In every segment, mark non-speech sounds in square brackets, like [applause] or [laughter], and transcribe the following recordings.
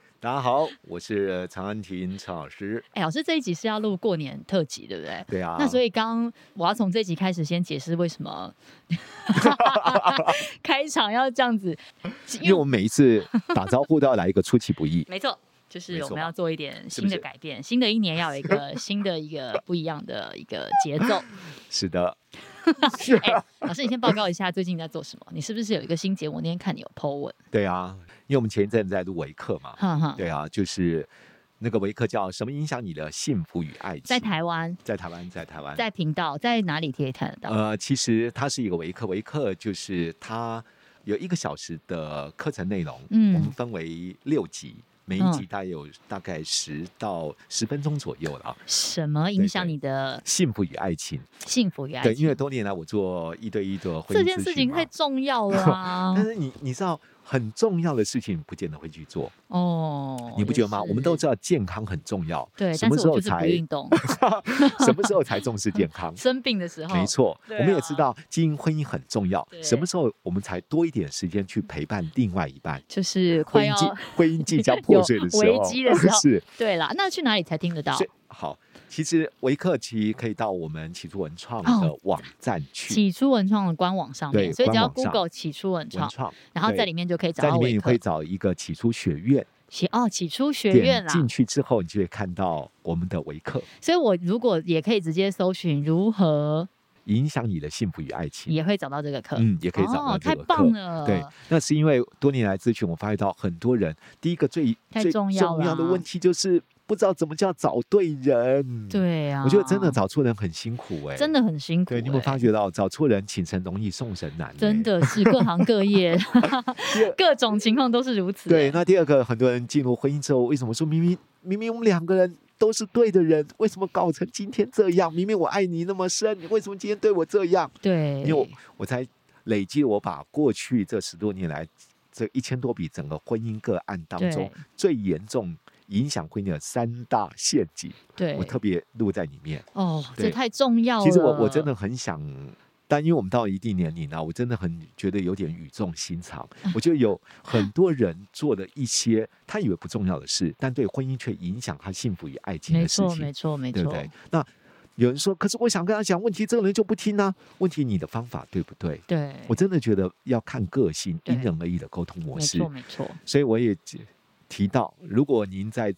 大家好，我是常安婷常老师。哎，老师这一集是要录过年特辑，对不对？对 [laughs] 啊，那所以以刚我要从这集开始先解释为什 [laughs] 么开场要这样子，，因为我们每一次打招呼都要来一个出其不意 [laughs] 没错，就是没我错们吧要做一点是新不的是改变，新的一年要有一 [laughs] 个新的一个不一样的一个节奏。是 [laughs] 的，哎，老师，你先报告一下最近在做什么？你是不是有一个新节目？我那天看你有 po 文，对啊，因为我们前一阵子在录维克嘛，哈哈，对啊，就是那个维克叫什么影响你的幸福与爱情？在，台湾，在台湾，在台湾，在频道，在哪里可以看得到？呃，其实它是一个维克，维克就是它有一个小时的课程内容，我们嗯，分为六集，每一嗯集大概有大概十到十分钟左右了啊。什么影响你的幸福与爱情，幸福与爱对，情？因为多年来我做一对一的婚姻这件事咨询情嘛太重要了 [laughs] 啊但！是你你知道很重要的事情不见得会去做，哦， [laughs] 你不觉得吗？也是我们都知道健康很重要，对，什但么是时我候就是不才运动，？[laughs] 什么时候才重视健康生病的时候，没，错，对我们也啊知道经营婚姻很重要，什么对时候我们才多一点时间去陪伴另外一半？就是快婚要姻即婚姻即将有破碎的时危候，机的时候是 [laughs] 对啦。那去哪里才听得到？所以好，其实维克奇可以到我们起初文创哦的网站去。起初文创的官网上面，对所以只要官网上 Google 起初文文创，创，然后对在里面就可以找在到里面维你克会找一个起初学院，起哦起初学院点啦。进去之后，你就会看到我们的维克所以我如果也可以直接搜寻如何，影响你的幸福与爱情。也会找到这个课。嗯，也可以找到哦，这太个棒课。了。对，那是因为多年来咨询，我发现到很多人，第一个最太最重重要要的啦问题就是不知道怎么叫找对人。、对啊，我觉得真的找错人很辛苦哎、真。的很辛苦欸、对，你有没有发觉到找错人请神容易送神难、欸真。的是各行各 [laughs] 业、各种情况都是欸如此。对，那第二个，很多人进入婚姻之后，为什么说明明明明我们两个人都是对的人，为什么搞成今天这样？明明我爱你那么深，你为什么今天对我这样？对，因为我我才累积我把过去这十多年来这一千多笔整个婚姻个案当中对最严重影响婚姻的三大陷阱，对我特别录在里面。哦，这对太重要了。其实我我真的很想。但因为我们到一定年龄了、我真的很觉得有点语重 [laughs] 心长。我觉得有很多人做了一些他以为不重要的事，但对婚姻却影响他幸福与爱情没的事错，情没，错，没对错。不对？那有人说，可是我想跟他讲问题，这个人就不听啊。问题你的方法对不对？对我真的觉得要看个性，对因人而异的沟通模没式错，。没错。所以我也提提到，如果您在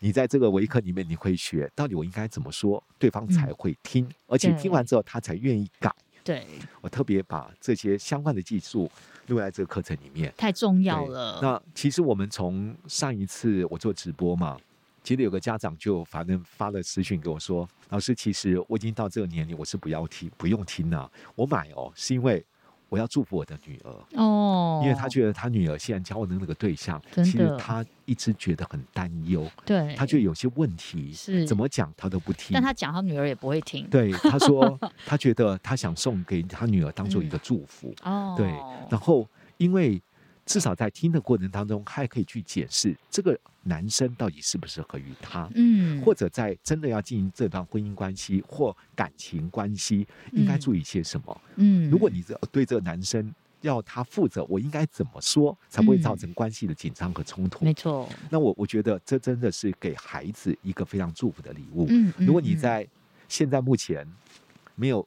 你在这个微课里面，你会学到底我应该怎么说，对方才会听，而且听完之后他才愿意改。对，我特别把这些相关的技术录在这个课程里面。太重要对了。那其实我们从上一次我做直播嘛，其实有个家长就反正发了私讯给我说，老师，其实我已经到这个年龄，我是不要听，不用听了、我买哦，是因为我要祝福我的女儿。哦，因为他觉得他女儿现在交往的那个对象，真其实的他一直觉得很担忧，对，他觉得有些问题是怎么讲他都不听。但他讲他女儿也不会听。对他 [laughs] 说，他觉得他想送给他女儿当做一个祝福，哦，对。然后因为至少在听的过程当中，他还可以去解释这个男生到底适不适合于他。嗯，或者在真的要经营这段婚姻关系或感情关系，应该嗯注意些什么？嗯，如果你这对这个男生要他负责，我应该怎么说才不会造成关系的紧张和冲突？嗯没错，那我我觉得这真的是给孩子一个非常祝福的礼物。嗯，嗯如果你嗯在现在目前没有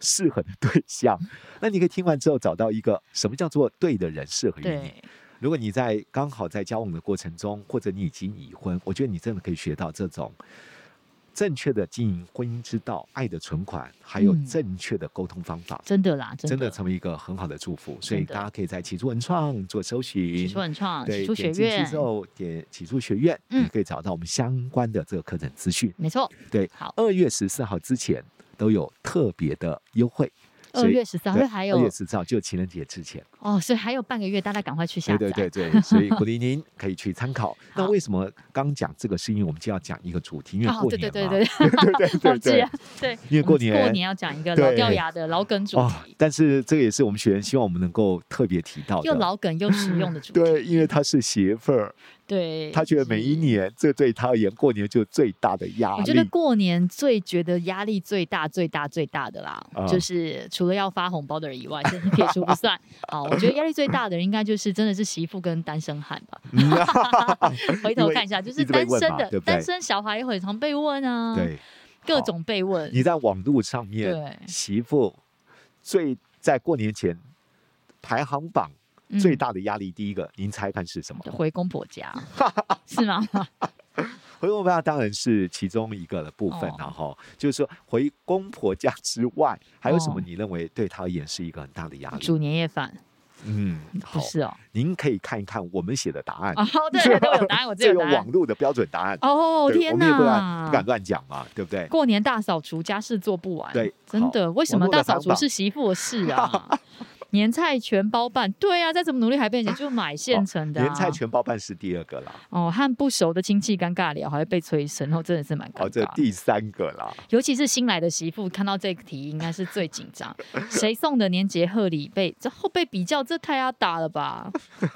适合的 [laughs] 对象，那你可以听完之后找到一个什么叫做对的人适合于你。对如果你在刚好在交往的过程中，或者你已经已婚，我觉得你真的可以学到这种。正确的经营婚姻之道、爱的存款，还有嗯正确的沟通方法，真的啦，真的的成为一个很好的祝福，所以真的大家可以在起初文创做搜起寻，初文创、起对，初点学进去院之，后点起初学院，嗯你可以找到我们相关的这个课程资讯。没错，对，好二月十四号之前都有特别的优惠，二月十三，对会还有二月十四号就情人节之前。哦，所以还有半个月，大家赶快去下对载。对 [laughs] 对对，所以鼓励您可以去参考。那为什么刚讲这个？是因为我们就要讲一个主题，因为哦，过对对年对嘛， [laughs] 对对对 [laughs] 忘记对了，对，因为我过们年过年要讲一个老对掉牙的老梗主哦题，但是这个也是我们学员希望我们能够特别提到又的。老梗又实 [laughs] 用的主题。对，因为他是媳妇儿，对，他觉得每一是。年这对他而言，过年就最大的压我觉得力。过年最觉得压力最大、最大、最大的啦，啊就是除了要发红包的人以外，这是撇除不 [laughs] 算。啊，我觉得压力最大的人应该就是真的是媳妇跟单身汉 [laughs] 吧。嗯啊回头看一下，就一是直被单问身嘛的对不对单身小孩很常被问啊，对，各好种被问。你在网络上面，对，媳妇最在过年前排行榜嗯最大的压力，第一个，您猜看是什么？回公婆家 [laughs] 是吗？回公婆家当然是其中一个的部分然哦后就是说回公婆家之外，还有什么哦你认为对他而言是一个很大的压力？煮年夜饭嗯，好不，是 [laughs] 哦。您可以看一看我们写的答案，哦，对对对，我有答 [laughs] 案，我自己这有用答网案。络的标准答案。哦对天我们也不敢哪不！敢乱讲嘛，对不对？过年大扫除，家事做不完。对真的，为什么网络大的扫除行是媳妇的事 [laughs] 啊？年菜全包办，对啊，再怎么努力还被人家就买现成 [laughs] 的、啊。哦年菜全包办是第二个啦，哦，和不熟的亲戚尴尬聊，还会被催生，然后真的是蛮尴哦，尬这的。第三个啦， [laughs] 尤其是新来的媳妇，看到这个题应该是最紧 [laughs] 张。谁送的年节贺礼被这后被比较，这太要打了 [laughs] 吧？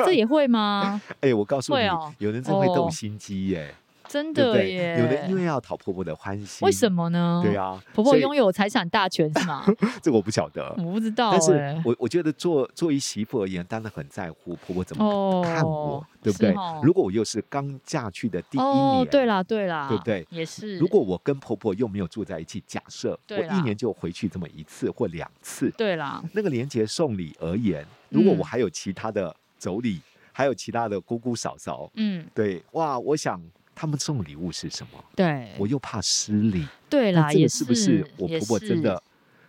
这也会吗？哎，我告诉你会哦，有人真会动哦心机耶，真对不的对？耶！有人因为要讨婆婆的欢心，为什么？么呢？对啊，婆婆所以拥有财产大权是 [laughs] 吗？这个我不晓得，我不知道、但是哎我我觉得做做一媳妇而言，当然很在乎婆婆怎么哦，看我，对不是对？哦如果我又是刚嫁去的第一年，哦，对啦，对啦，对不对？也是。如果我跟婆婆又没有住在一起，假设我对啦一年就回去这么一次或两次，对啦，那个连接送礼而言，如果嗯我还有其他的走礼，还有其他的姑姑嫂嫂，嗯，对，哇，我想他们送礼物是什么？对，我又怕失礼，哎对那啦，这也个是不是我也婆婆真的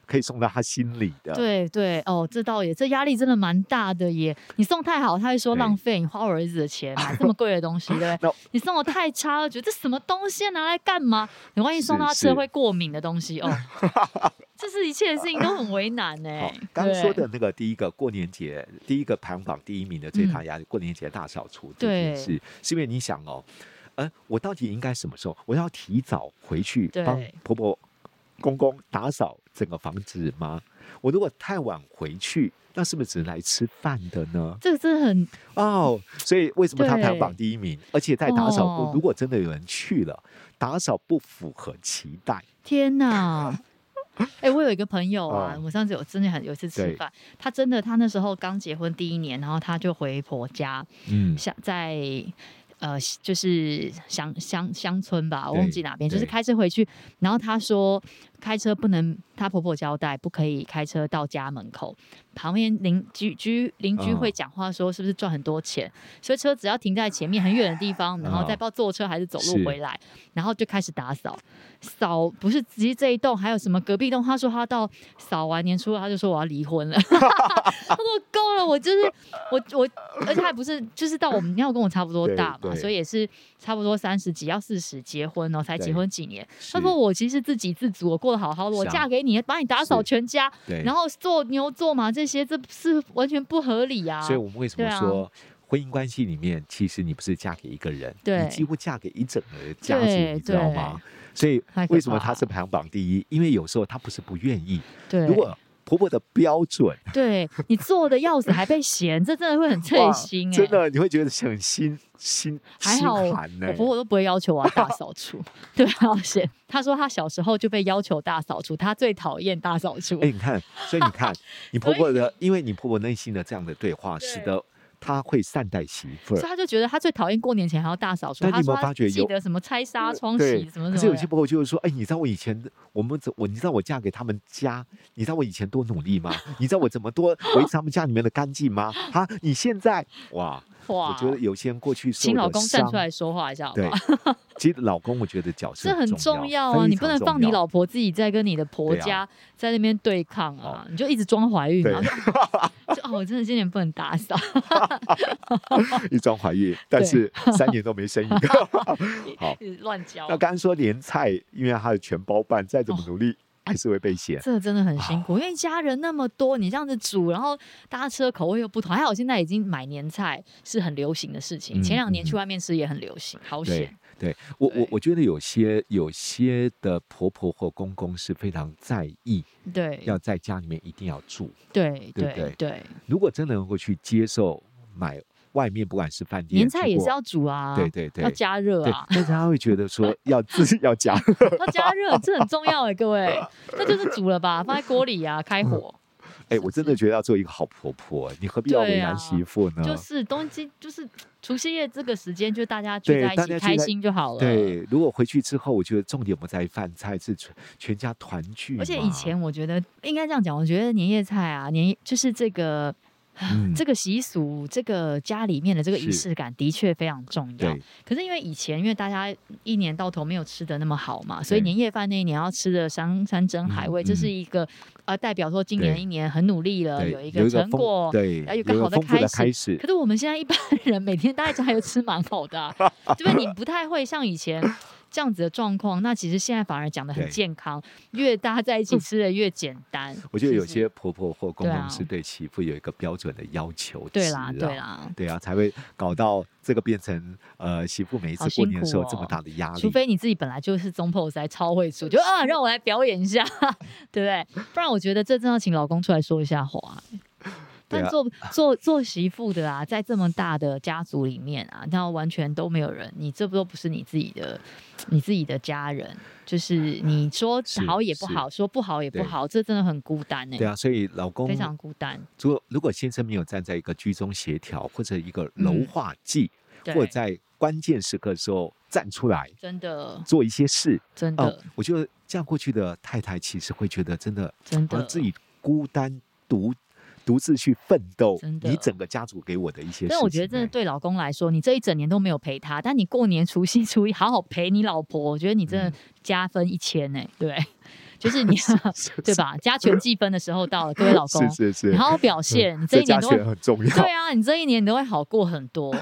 可以送到她心里的？是？对对哦，这倒也，这压力真的蛮大的耶。你送太好，他会说对浪费，你花我儿子的钱买这么贵的东西，对不嗯 [laughs] 那对？你送的太差了，觉得这什么东西啊拿来干嘛？你万一送到他是吃了是会过敏的东 [laughs] 西哦，这是一切的事情都很为难好哎。，刚刚说对的那个第一个过年节，第一个排行榜第一名的最大压力，过年节大扫除这嗯件对事，是因为你想哦，呃，我到底应该什么时候？我要提早回去对帮婆婆、公公打扫整个房子吗？我如果太晚回去，那是不是只来吃饭的呢？这个真的很哦，所以为什么他排行榜对第一名？而且在打扫，哦如果真的有人去了，打扫不符合期待，天呐！ [laughs] 哎、我有一个朋友啊，哦我上次有真的很有一次吃对饭，他真的他那时候刚结婚第一年，然后他就回婆家，嗯，想在呃就是乡乡乡村吧，我忘记哪边，就是对开车回去，然后他说开车不能，她婆婆交代不可以开车到家门口，旁边邻居居邻居哦会讲话说是不是赚很多钱，所以车只要停在前面很远的地方，然后再哦不知道坐车还是走是路回来，然后就开始打扫。扫不是只是这一栋，还有什么隔壁栋？他说他到扫完年初，他就说我要离婚了。 [laughs] 他说够了，我就是我我，而且还不是就是到我们，你看我跟我差不多大对嘛，对所以也是差不多三十几要四十结婚哦，才对结婚几年。他是说我其实自给自足，我过得好好的，我是啊嫁给你，把你打扫是哎全家，对，然后做牛做马这些，这是完全不合理呀、所以我们为什么对啊说、婚姻关系里面，其实你不是嫁给一个人，对你几乎嫁给一整个家族，对你知道吗？所以太可为什么怕她是排行榜第一？因为有时候她不是不愿意，对，如果婆婆的 [laughs] 标准，对你做的要死还被嫌，这真的会很哇刺心哎、真的你会觉得很心心还心好寒呢、欸我婆婆都不会要求我要大扫 [laughs] 除， [laughs] 对啊，好险。她说她小时候就被要求大扫除，她最讨厌大扫除。哎、你看，所以你看，你婆婆的，因为你婆婆内心的这样的对话，使对得她会善待媳妇所以儿。她就觉得她最讨厌过年前还要大扫除。但你她有没说有她发觉记有得什么拆纱窗对，洗什么可什是么有些的？朋友就会说：“哎，你知道我以前我们怎我你知道我嫁给他们家，你知道我以前多努力吗？你知道我怎么多维持他们家里面的干净吗？啊，你现在哇，哇我觉得有些人过去受请老的公站伤出来说话一下好不对好？，其实老公我觉得角 [laughs] 色这很重重要啊！非你不常能重放你要老婆自己在跟你的婆对家啊哦在那边对抗啊！你就一直装怀孕对嘛，就 [laughs] 哦，我真的今年不能打扫，一桩怀孕，但对是三年都没生一 [laughs] 个。好，一直乱教啊那。刚刚说年菜，因为她的全包办，再怎么哦努力还是会被嫌。这个真的很辛啊苦，因为家人那么多，你这样子煮，然后大家吃的口味又不同。还好现在已经买年菜是很流行的事情，嗯前两年嗯去外面吃也很流行，好对险。对，我我对我觉得有些有些的婆婆或公公是非常在意，对要在家里面一定要住。对对对对对，如果真的能够去接受买外面，不管是饭店，年菜去也过是要煮啊，对对对要加热对啊，，但是他会觉得说要自己 [laughs] 要加热， [laughs] 要加热，这很重要哎，各 [laughs] 位，那就是煮了吧，放在锅里啊，开火。哎，我真的觉得要做一个好婆婆，你何必要对为难啊媳妇呢？就是东西，就是除夕夜这个时间，就大家聚对在一大起家聚开在心就好了。，对，如果回去之后，我觉得重点不在于饭菜，是全全家团聚嘛。而且以前我觉得应该这样讲，我觉得年夜菜啊，年夜就是这个。嗯这个习俗，这个家里面的这个仪是式感的确非常重要对。可是因为以前，因为大家一年到头没有吃的那么好嘛，所以对年夜饭那一年要吃的山山珍海味，嗯这是一个呃代表说今年对一年很努力了，对有一个成丰果。对，要有有一个好的丰富的开开始可，是我们现在一般 [laughs] 人每天待在家又吃蛮好的、啊，对不对？你不太会像以前这样子的状况，那其实现在反而讲的很对嗯健康，越大家在一起吃的越简单。我觉得是有不是些婆婆或公对啊公是对媳妇有一个标准的要求、值对啦，对啊，啦。对啊，才会搞到这个变成呃媳妇每一好次辛过年的时候苦这么哦大的压力。除非你自己本来就是中 pose 还超会煮，就啊让我来表演一下， [laughs] 对不对？不然我觉得这真的要请老公出来说一下话、对但啊做做做媳妇的啊，在这么大的家族里面啊，那完全都没有人，你这不都不是你自己的，你自己的家人，就是你说是好也不是好，说不好也不对好，这真的很孤单哎、对啊，所以老公非常孤单。如果如果先生没有站在一个居中协调或者一个柔嗯化剂，对或，者在关键时刻的时候站出来真的做一些事，真哦、的我觉得这样过去的太太其实会觉得真的真好的像自己孤单独独自去奋斗真，的你整个家族给我的一些事情欸，但我觉得，真的对老公来说，你这一整年都没有陪他，但你过年除夕初一 [laughs] 好好陪你老婆，我觉得你嗯真的加分一千呢、对，就是你 [laughs] 对吧？加权计分的时候到了，各位老公，是是是嗯你，好好表现，你这一年家都学会。很重要。对啊，你这一年你都会好过很多。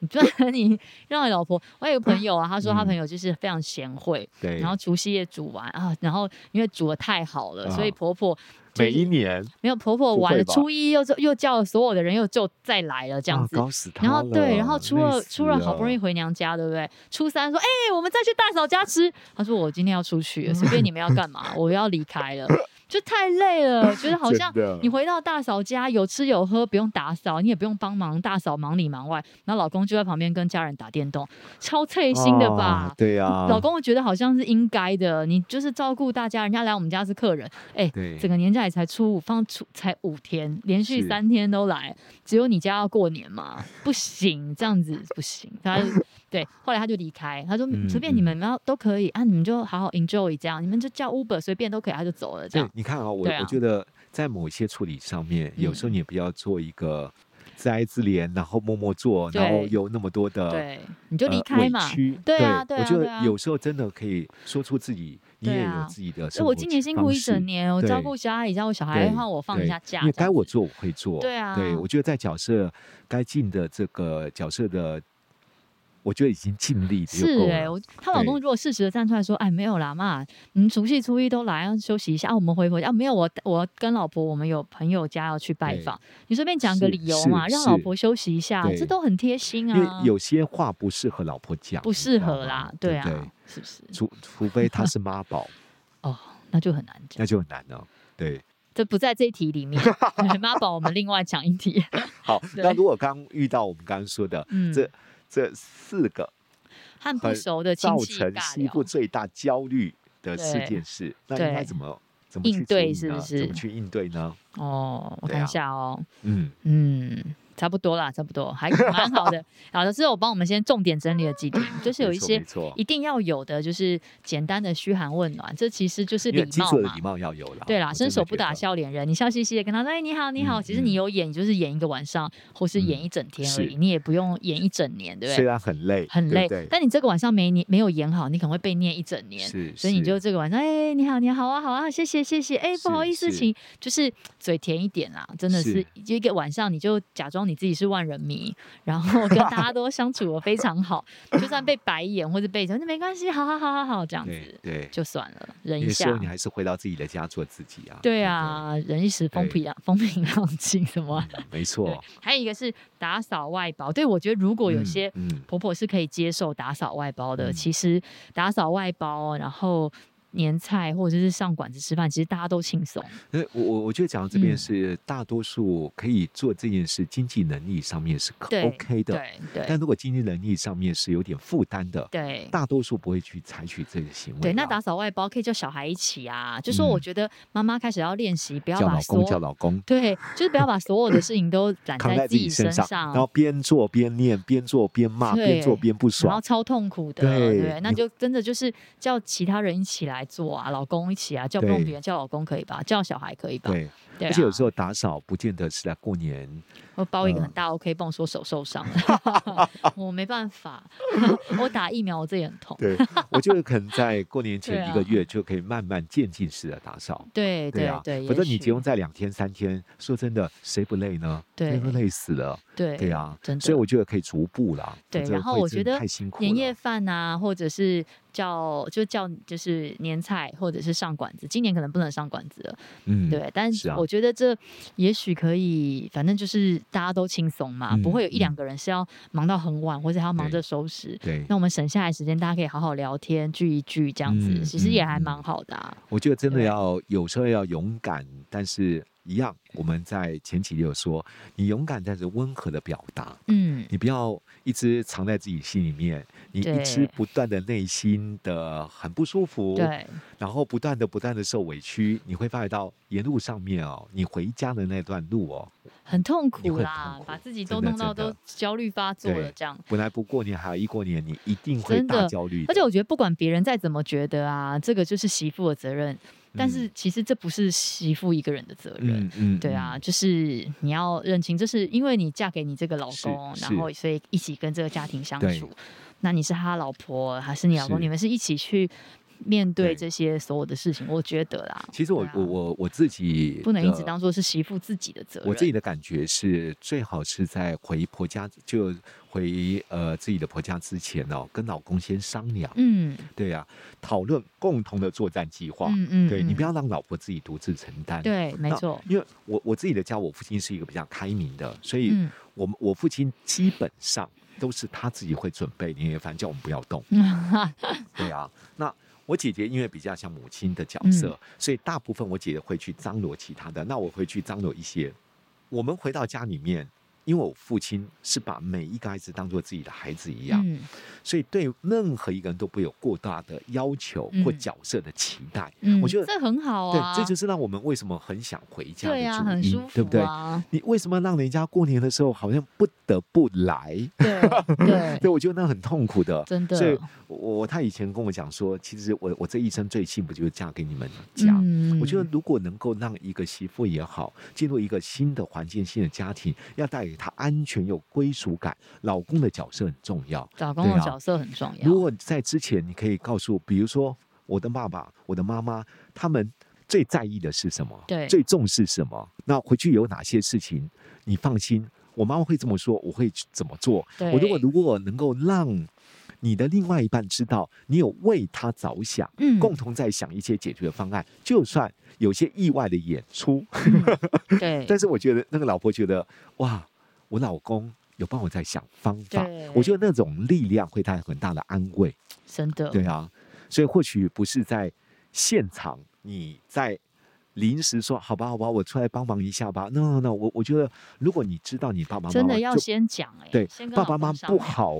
你不然你让你老婆，我有个朋友啊，他说他嗯哎朋友就是非常贤惠，对然后除夕夜煮完啊，然后因为煮的太好了，所以啊婆婆就每是一年没有婆婆不完会了，吧初一又又叫所有的人又就再来了这样啊子。搞死他然后对，了啊然后初二累死初二好不容易了回娘家，对不对？初三说，哎、我们再去大嫂家吃。他说我今天要出去了，随便你们要干嘛，我要离开 [laughs] 了，就太累了，觉得好像真的你回到大嫂家有吃有喝，不用打扫，你也不用帮忙，大嫂忙里忙外，然后老公就在旁边跟家人打电动，超脆心的吧啊？对呀，老公会觉得好像是应该的，你就是照顾大家，人家来我们家是客人，哎、对整个年假也才初五放初才五天，连续是三天都来，只有你家要过年嘛， [laughs] 不行，这样子不行。他就对， [laughs] 后来他就离开，他说嗯随便你们要都可以啊，你们就好好 enjoy 这样，你们就叫 Uber 随便都可以，他就走了这对样，。你看啊，我对啊嗯我觉得在某些处理上面，有时候你不要做一个自哀自怜，然后默默做，然后对有那么多的对，你就呃离开嘛委。屈对啊对我啊觉对啊得有时候真的可以说出自己，你对也啊有自己的所生以活我方式。今年辛苦一整年，我照对顾小阿姨，照顾小孩，对，然后我放一对下假，因为该我这样子做我会做。对啊对我觉得在角色该尽的这个角色的，我觉得已经尽力就是够啊哎、了。我她老公如果适时的站出来说，哎，没有啦，妈，你除夕初一都来，要休息一下，啊、我们回婆家、啊，没有我，我跟老婆，我们有朋友家要去拜对访，你随便讲个是理由嘛，是让老是婆休息一下，这对都很贴心因为啊，有些话不适合老婆讲，不你适知道合吗啦，对啊，不对是不是？除除非她是妈宝，哦，那就很难讲那，就很难了。对，这不在这一题里面， [laughs] 妈宝我们另外讲一 [laughs] 题，好， [laughs] 对那如果刚遇到我们刚刚说的嗯，这这四个和不很熟的亲造戚成尬媳聊妇。最大焦虑的四对件事，那对应该怎么怎么去应对处理是呢不是怎么去应对呢？哦，我对看一啊下哦，嗯，嗯，差不多啦，差不多，还蛮好 [laughs] 的。好的，是我帮我们先重点整理了几点，就是有没一错些没错一定要有的，就是简单的嘘寒问暖，这其实就是因为礼基貌础的嘛礼。貌要有了。对啦，我伸真的手不觉打得笑脸人，你笑嘻嘻的跟他说：“哎，你好，你好。嗯其实你有演，你就是演一个晚上，或是演嗯一整天而是已，你也不用演一整年，对不虽对？然很累，很累，对不对但你这个晚上没你没有演好，你可能会被念一整年。是，所以你是就这个晚上，哎、你好，你好啊，好啊，谢谢，谢谢，哎、不好是意思，是请就是嘴甜一点啦，真的是是一个晚上你就假装你自己是万人迷，然后跟大家都相处的非常好，就算被白眼或者被什么，没关系，好好好好好这样对子对，就算了，忍有一时候下你。还是回到自己的家做自己啊。对不，啊，忍一时风对平浪风平浪静什么啊。嗯没错。还有一个是打扫外包，对我觉得如果有嗯些嗯婆婆是可以接受打扫外包的。嗯其实打扫外包，然后年菜或者是上馆子吃饭，其实大家都轻松。那我我我觉得讲到这边嗯是大多数可以做这件事，经济能力上面是可对 OK 的，对对但如果经济能力上面是有点负担的，对大多数不会去采取这个行为啦。对，那打扫外包可以叫小孩一起啊。就说嗯我觉得妈妈开始要练习，不要叫把老所公有叫老公。对，就是不要 [laughs] 把所有的事情都揽扛在在自己身身上，然后边做边念，边做边骂，边做对边不然后爽。超痛苦的，对对，那你就真的就是叫其他人一起来做啊，老公一起啊，叫不动对别人，叫老公可以吧？叫小孩可以吧？对，对啊，而且有时候打扫不见得是在过年， [laughs] 我包一个嗯很大 OK 泵，说手受伤了， [laughs] 我没办法，我打疫苗我自己很痛。对我觉得可能在过年前一个对啊月就可以慢慢渐进式的打扫。对对啊，对，否则也你许集中在两天三天，说真的，谁不累呢？对谁不累死了？对对，啊，真的所以我觉得可以逐步啦。对否则然后会我真觉的得太辛苦年夜了。饭啊，或者是叫就叫就是年菜，或者是上馆子，今年可能不能上馆子了，嗯，对，但是啊我觉得这也许可以，反正就是大家都轻松嘛，嗯不会有一两嗯个人是要忙到很晚，或者还要忙对着收拾。对那，我们省下来时间，大家可以好好聊天，聚一聚，这样子、嗯其实也嗯还嗯蛮好的、啊。我觉得真的对要有时候要勇敢，但是一样，我们在前期也有说，你勇敢但是温和的表达，嗯，你不要一直藏在自己心里面，你一直对不断的内心的很不舒服，对。然后不断的不断的受委屈，你会发觉到沿路上面哦，你回家的那段路哦，很痛你苦会很啦，痛苦把自己真都的弄到真的都焦虑发作了对这样。本来不过年还要一过年，你一定会真的大焦虑而的，且我觉得，不管别人再怎么觉得啊，这个就是媳妇的责任。但是嗯其实这不是媳妇一个人的责任，嗯嗯，对啊，嗯，就是你要认清，这是因为你嫁给你这个老是公，是然后所以一起跟这个家庭相对处。那你是他老婆还是你老公？是你们是一起去面对对这些所有的事情，我觉得啦，其实我、对啊我我我自己不能一直的当做是媳妇自己的责任。我自己的感觉是，最好是在回婆家，就回呃自己的婆家之前哦，跟老公先商量，嗯对呀、讨论共同的作战计划。嗯嗯，对你不要要让老婆自己独自承担。，对，没错，因为我我自己的家，我父亲是一个比较开明的，所以嗯 [laughs] 我们我父亲基本上都是他自己会准备年夜饭，叫我们不要动。对啊，那我姐姐因为比较像母亲的角色，嗯所以大部分我姐姐会去张罗其他的，那我会去张罗一些。我们回到家里面，因为我父亲是把每一个孩子当做自己的孩子一样，嗯所以对任何一个人都不会有过大的要求嗯或角色的期待。嗯，我觉得这很好啊，对，这就是让我们为什么很想回家的主对因，啊，很舒服、啊，对不对？你为什么让人家过年的时候好像不得不来？ [laughs] 对对，对，我觉得那很痛苦的。真的，所以我我他以前跟我讲说，其实我我这一生最幸福就是嫁给你们家。嗯，我觉得如果能够让一个媳妇也好，进入一个新的环境、新的家庭，要带给她安全有归属感，老公的角色很重要。找工作对啊角色很重要。如果在之前，你可以告诉，比如说我的爸爸、我的妈妈，他们最在意的是什么？对最重视什么？那回去有哪些事情？你放心，我妈妈会这么说，我会怎么做？对我如果如果能够让你的另外一半知道你有为他着想，嗯共同在想一些解决方案，就算有些意外的演出，对 [laughs] 但是我觉得那个老婆觉得哇，我老公。有帮我在想方法对，我觉得那种力量会带来很大的安慰。真的对啊，所以或许不是在现场，你在临时说好吧，好吧，我出来帮忙一下吧。No No No，我我觉得如果你知道你爸爸妈妈真的要就先讲哎、对先跟爸老爸公妈妈商不量，好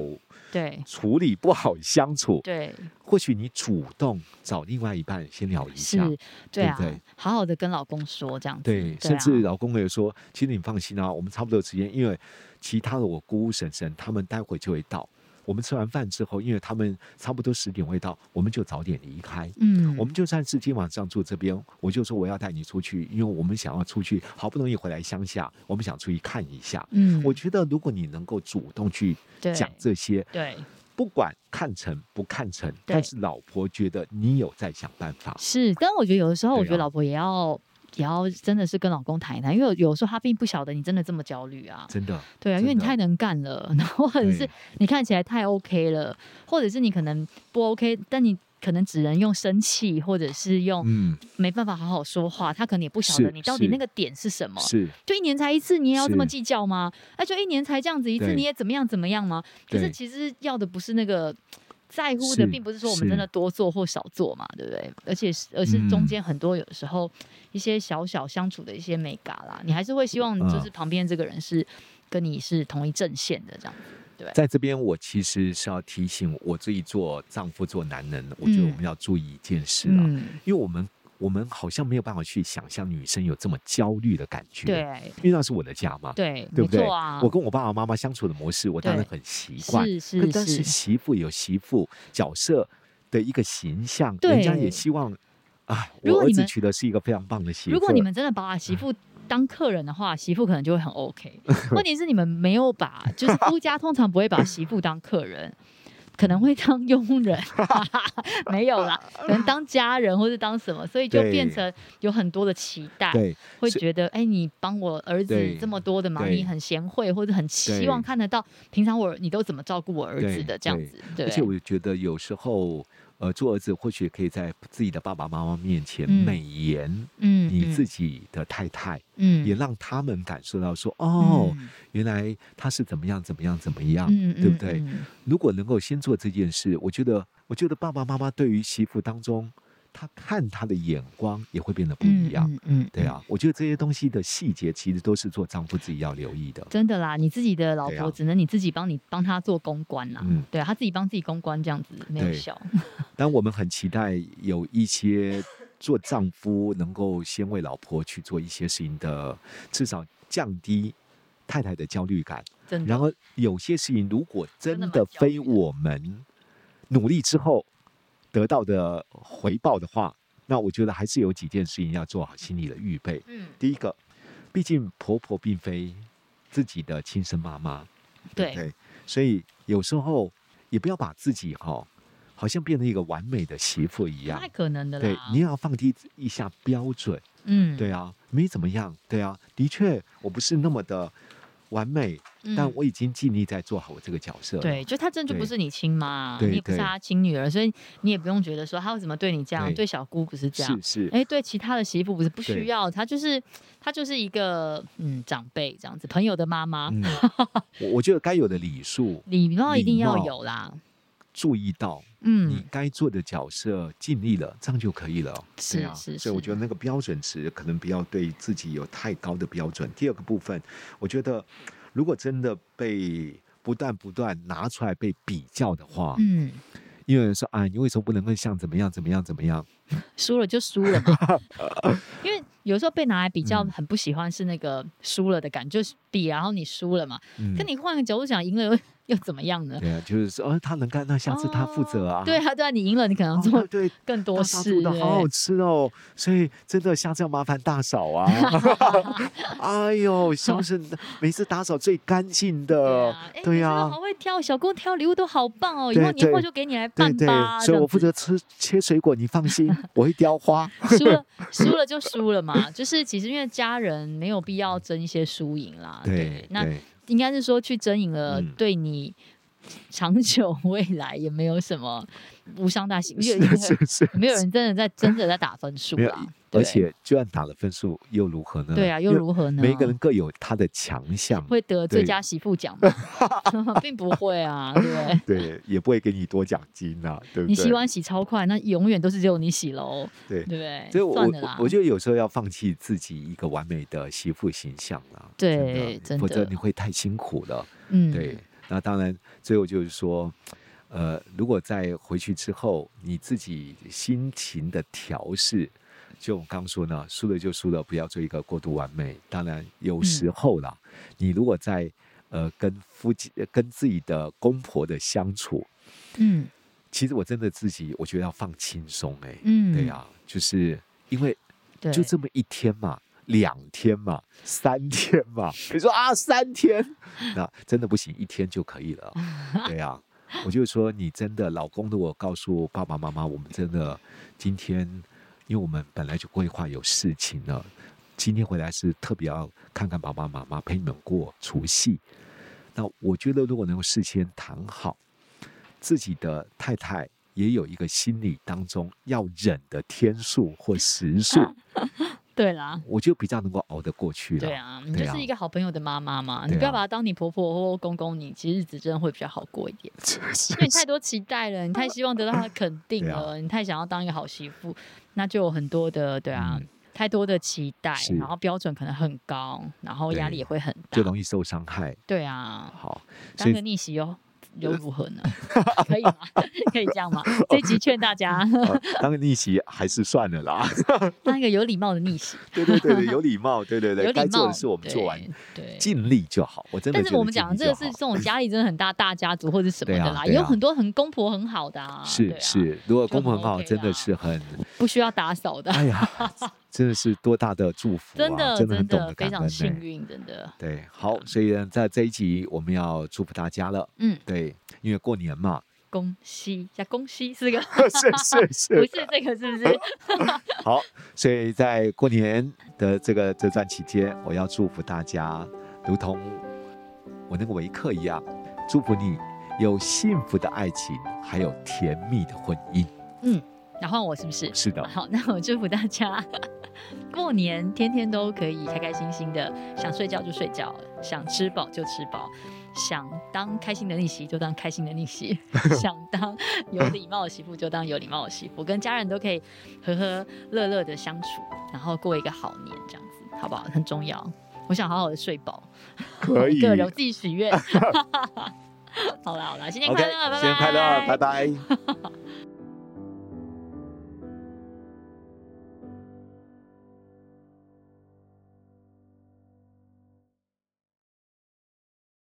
对处理、不好相处，对或许你主动找另外一半先聊一是下。，对啊对不对好好的跟老公说这样子，对，对甚啊至老公也说，其实你放心啊，我们差不多有时间，因为其他的我姑姑、婶婶他们待会就会到。我们吃完饭之后，因为他们差不多十点会到，我们就早点离开。嗯，我们就算是今晚上住这边，我就说我要带你出去，因为我们想要出去，好不容易回来乡下，我们想出去看一下。嗯，我觉得如果你能够主动去对讲这些，对不管看成不看成，但是老婆觉得你有在想办法。是，但我觉得有的时候，对我觉得啊老婆也要也要真的是跟老公谈一谈，因为有时候他并不晓得你真的这么焦虑啊。真的，对啊，因为真你的太能干了， [laughs] 然后或者是对你看起来太 OK 了，或者是你可能不 OK，但你可能只能用生气，或者是用嗯，没办法好好说话，他可能也不晓得是你到底是那个点是什么。是就一年才一次，你也要这么是计较吗？那就一年才这样子一次，对你也怎么样怎么样吗？可是对其实要的不是那个在乎的，是并不是说我们是真的多做或少做嘛，对不对？而且是而是中嗯间很多有时候一些小小相处的一些美嘎啦，你还是会希嗯望就是旁边这个人是跟你是同一阵线的这样子。在这边，我其实是要提醒我自己做丈夫、做男人，我觉得我们要注意一件事啊，嗯，因为我们我们好像没有办法去想象女生有这么焦虑的感觉，，对因为那是我的家嘛，对，没对不对？错啊，我跟我爸爸妈妈相处的模式，我当然对很习惯，是可但是是是，媳妇有媳妇角色的一个形象，对人家也希望。啊，如我果儿你子们娶的是一个非常棒的媳妇。如果你们真的把媳妇当客人的话，媳妇可能就会 [laughs] 很 OK。问题是你们没有把，就是夫家通常不会把媳妇当客人， [laughs] 可能会当佣人， [laughs] 没有啦，可能当家人或是当什么，所以就对变成有很多的期待，对会是觉得哎、你帮我儿子对这么多的忙，对你很贤惠，或者很希对望看得到平常我你都怎么照顾我儿子对的这样对子，对而，且我觉得有时候，呃，做儿子或许可以在自己的爸爸妈妈面前嗯美言嗯你自己的太太，嗯也让他们感受到说，哦，嗯原来他是怎么样怎么样怎么样。嗯对不对嗯嗯如果能够先做这件事，我觉得，我觉得爸爸妈妈对于媳妇当中，他看他的眼光也会变得不一样。嗯嗯嗯对啊，我觉得这些东西的细节其实都是做丈夫自己要留意的。真的啦，你自己的老对婆啊只能你自己帮你帮她做公关啦，嗯，对她自己帮自己公关这样子没有对 [laughs] 效，但我们很期待有一些做丈夫能够先为老婆去做一些事情的，至少降低太太的焦虑感。真的。然后有些事情如果真嗯真的的蛮焦虑非的我们努力之后得到的回报的话，那我觉得还是有几件事情要做好心理的预备。嗯，第一个，毕竟婆婆并非自己的亲生妈妈，对，对，所以有时候也不要把自己哈、好像变成一个完美的媳妇一不样太。可能的啦。对，你也要放低一下标准。嗯，对啊，没怎么样。对啊，的确，我不是那么的完美，嗯，但我已经尽力在做好我这个角色了。对，就她真的就不对是你亲妈，对你也不是对她亲女儿，所以你也不用觉得说她为什么对你这样，对对小姑不是这样是。是，哎，对其他的媳妇不是不需对要，她就是她就是一个嗯长辈这样子，朋友的妈妈， [laughs] 嗯，我我觉得该有的礼数礼貌一定礼要貌有啦。注意到，你嗯，该做的角色尽力了，这样就可以了。是对啊，是所以我是觉得那个标准值可能不要对自己有太高的标准。第二个部分，我觉得如果真的被不断不断拿出来被比较的话，嗯，因为有人说啊，你为什么不能够像怎么样怎么样怎么样？输了就输了嘛。 [laughs] 因为有时候被拿来比较，嗯很不喜欢是那个输了的感觉，就是比然后你输了嘛。嗯可你换个角度想，赢了又又怎么样呢？对啊，就是说，哦，他能干，那下次他负责哦啊。对啊，对啊，你赢了，你可能哦。做对对，更大多嫂事煮。的好好吃哦，所以真的下次要麻烦大 [laughs] 嫂啊！哎呦，小沈每次打扫最干净的，哎你对啊真的呀、好会挑，小姑挑礼物都好棒哦，以对后年后对就给你来对办对吧。，所以这我样负子责吃切水果，你放心，我会 [laughs] 雕花。输了，输了就输了嘛。就是其实因为家人没有必要争一些输赢啦。对，那对 [laughs] 应该是说去争赢了，嗯对你长久未来也没有什么无伤大幸，因为是是是，没有人真的在真的在打分数没有啦。对而且就算打了分数又如何呢？对啊，又因为如何呢？每一个人各有他的强项，会得最对佳媳妇奖吗？ [laughs] 并不会啊，对不对？对，也不会给你多奖金呐、对不对？你洗碗洗超快，那永远都是只有你洗喽，对对不对？所以我哎算我了啦我，觉得有时候要放弃自己一个完美的媳妇形象啦，真的对真否则的你会太辛苦了。嗯，对，，那当然，最后就是说，呃，如果在回去之后，你自己心情的调试，就我刚说呢，输了就输了，不要做一个过度完美。当然，有嗯时候啦，你如果在呃跟夫妻、呃跟自己的公婆的相处，嗯其实我真的自己，我觉得要放轻松哎、嗯，对呀、，就是因为对，就这么一天嘛，两天嘛，三天嘛。你说啊，三天，那真的不行，一天就可以了。对呀、我就说你真的，老公如果告诉爸爸妈妈，我们真的今天因为我们本来就规划有事情了。今天回来是特别要看看爸爸妈妈，陪你们过除夕。那我觉得，如果能够事先谈好，自己的太太也有一个心理当中要忍的天数或时数，对啦，我就比较能够熬得过去了。对啊，你就对啊是一个好朋友的妈妈嘛，你对不要啊把她当你婆婆或公公你，其实日子真的会比较好过一 [laughs] 点。因为你太多期待了，你太希望得到她的肯定对啊了，你太想要当一个好媳妇，那就有很多的对啊。嗯太多的期待是，然后标准可能很高，然后压力对也会很就大。容易受伤害。对啊，好，所当以个逆袭哟，又如何 [laughs] 呢？可以吗？ [laughs] 可以这样吗？这一集劝大家 [laughs] 呃当个逆袭还是算了啦。当一个有礼貌的逆袭，对对对对，有礼貌，对对有对，礼该做貌的事我们做完，对。对尽力就好。我真的但觉是得我们尽讲力的这就个是好这 [laughs] 种家里真的很大大家族或者什么对的啊啦，对有啊很多很公婆很好的啊，是对啊，是，如果就公婆很很好， OK 真的啦是很，不需要打扫的，[laughs] 哎呀，真的是多大的祝福真啊！的真的很懂得非感常恩欸幸呢。运，真嗯的。对，好，所以呢，在这一集我们要祝福大家了。嗯，对，因为过年 [laughs] 嘛，恭喜加恭喜是 [laughs] 个是是不是，是这个是不是？ [laughs] 好，所以在过年的这个这段期间，我要祝福大家，如同我那个维克一样，祝福你有幸福的爱情，还有甜蜜的婚姻。然后我是不是？是的，好，那我祝福大家过年天天都可以开开心心的，想睡觉就睡觉，想吃饱就吃饱，想当开心的逆袭就当开心的逆 [laughs] 袭，想当有礼貌的媳妇就当有礼貌的媳妇，跟家人都可以和和乐乐的相处，然后过一个好年，这样子好不好？很重要。我想好好的睡饱，可一个人我自己 [laughs] 许愿。好啦好啦，新年 OK，快乐，拜拜，新年快乐，拜拜。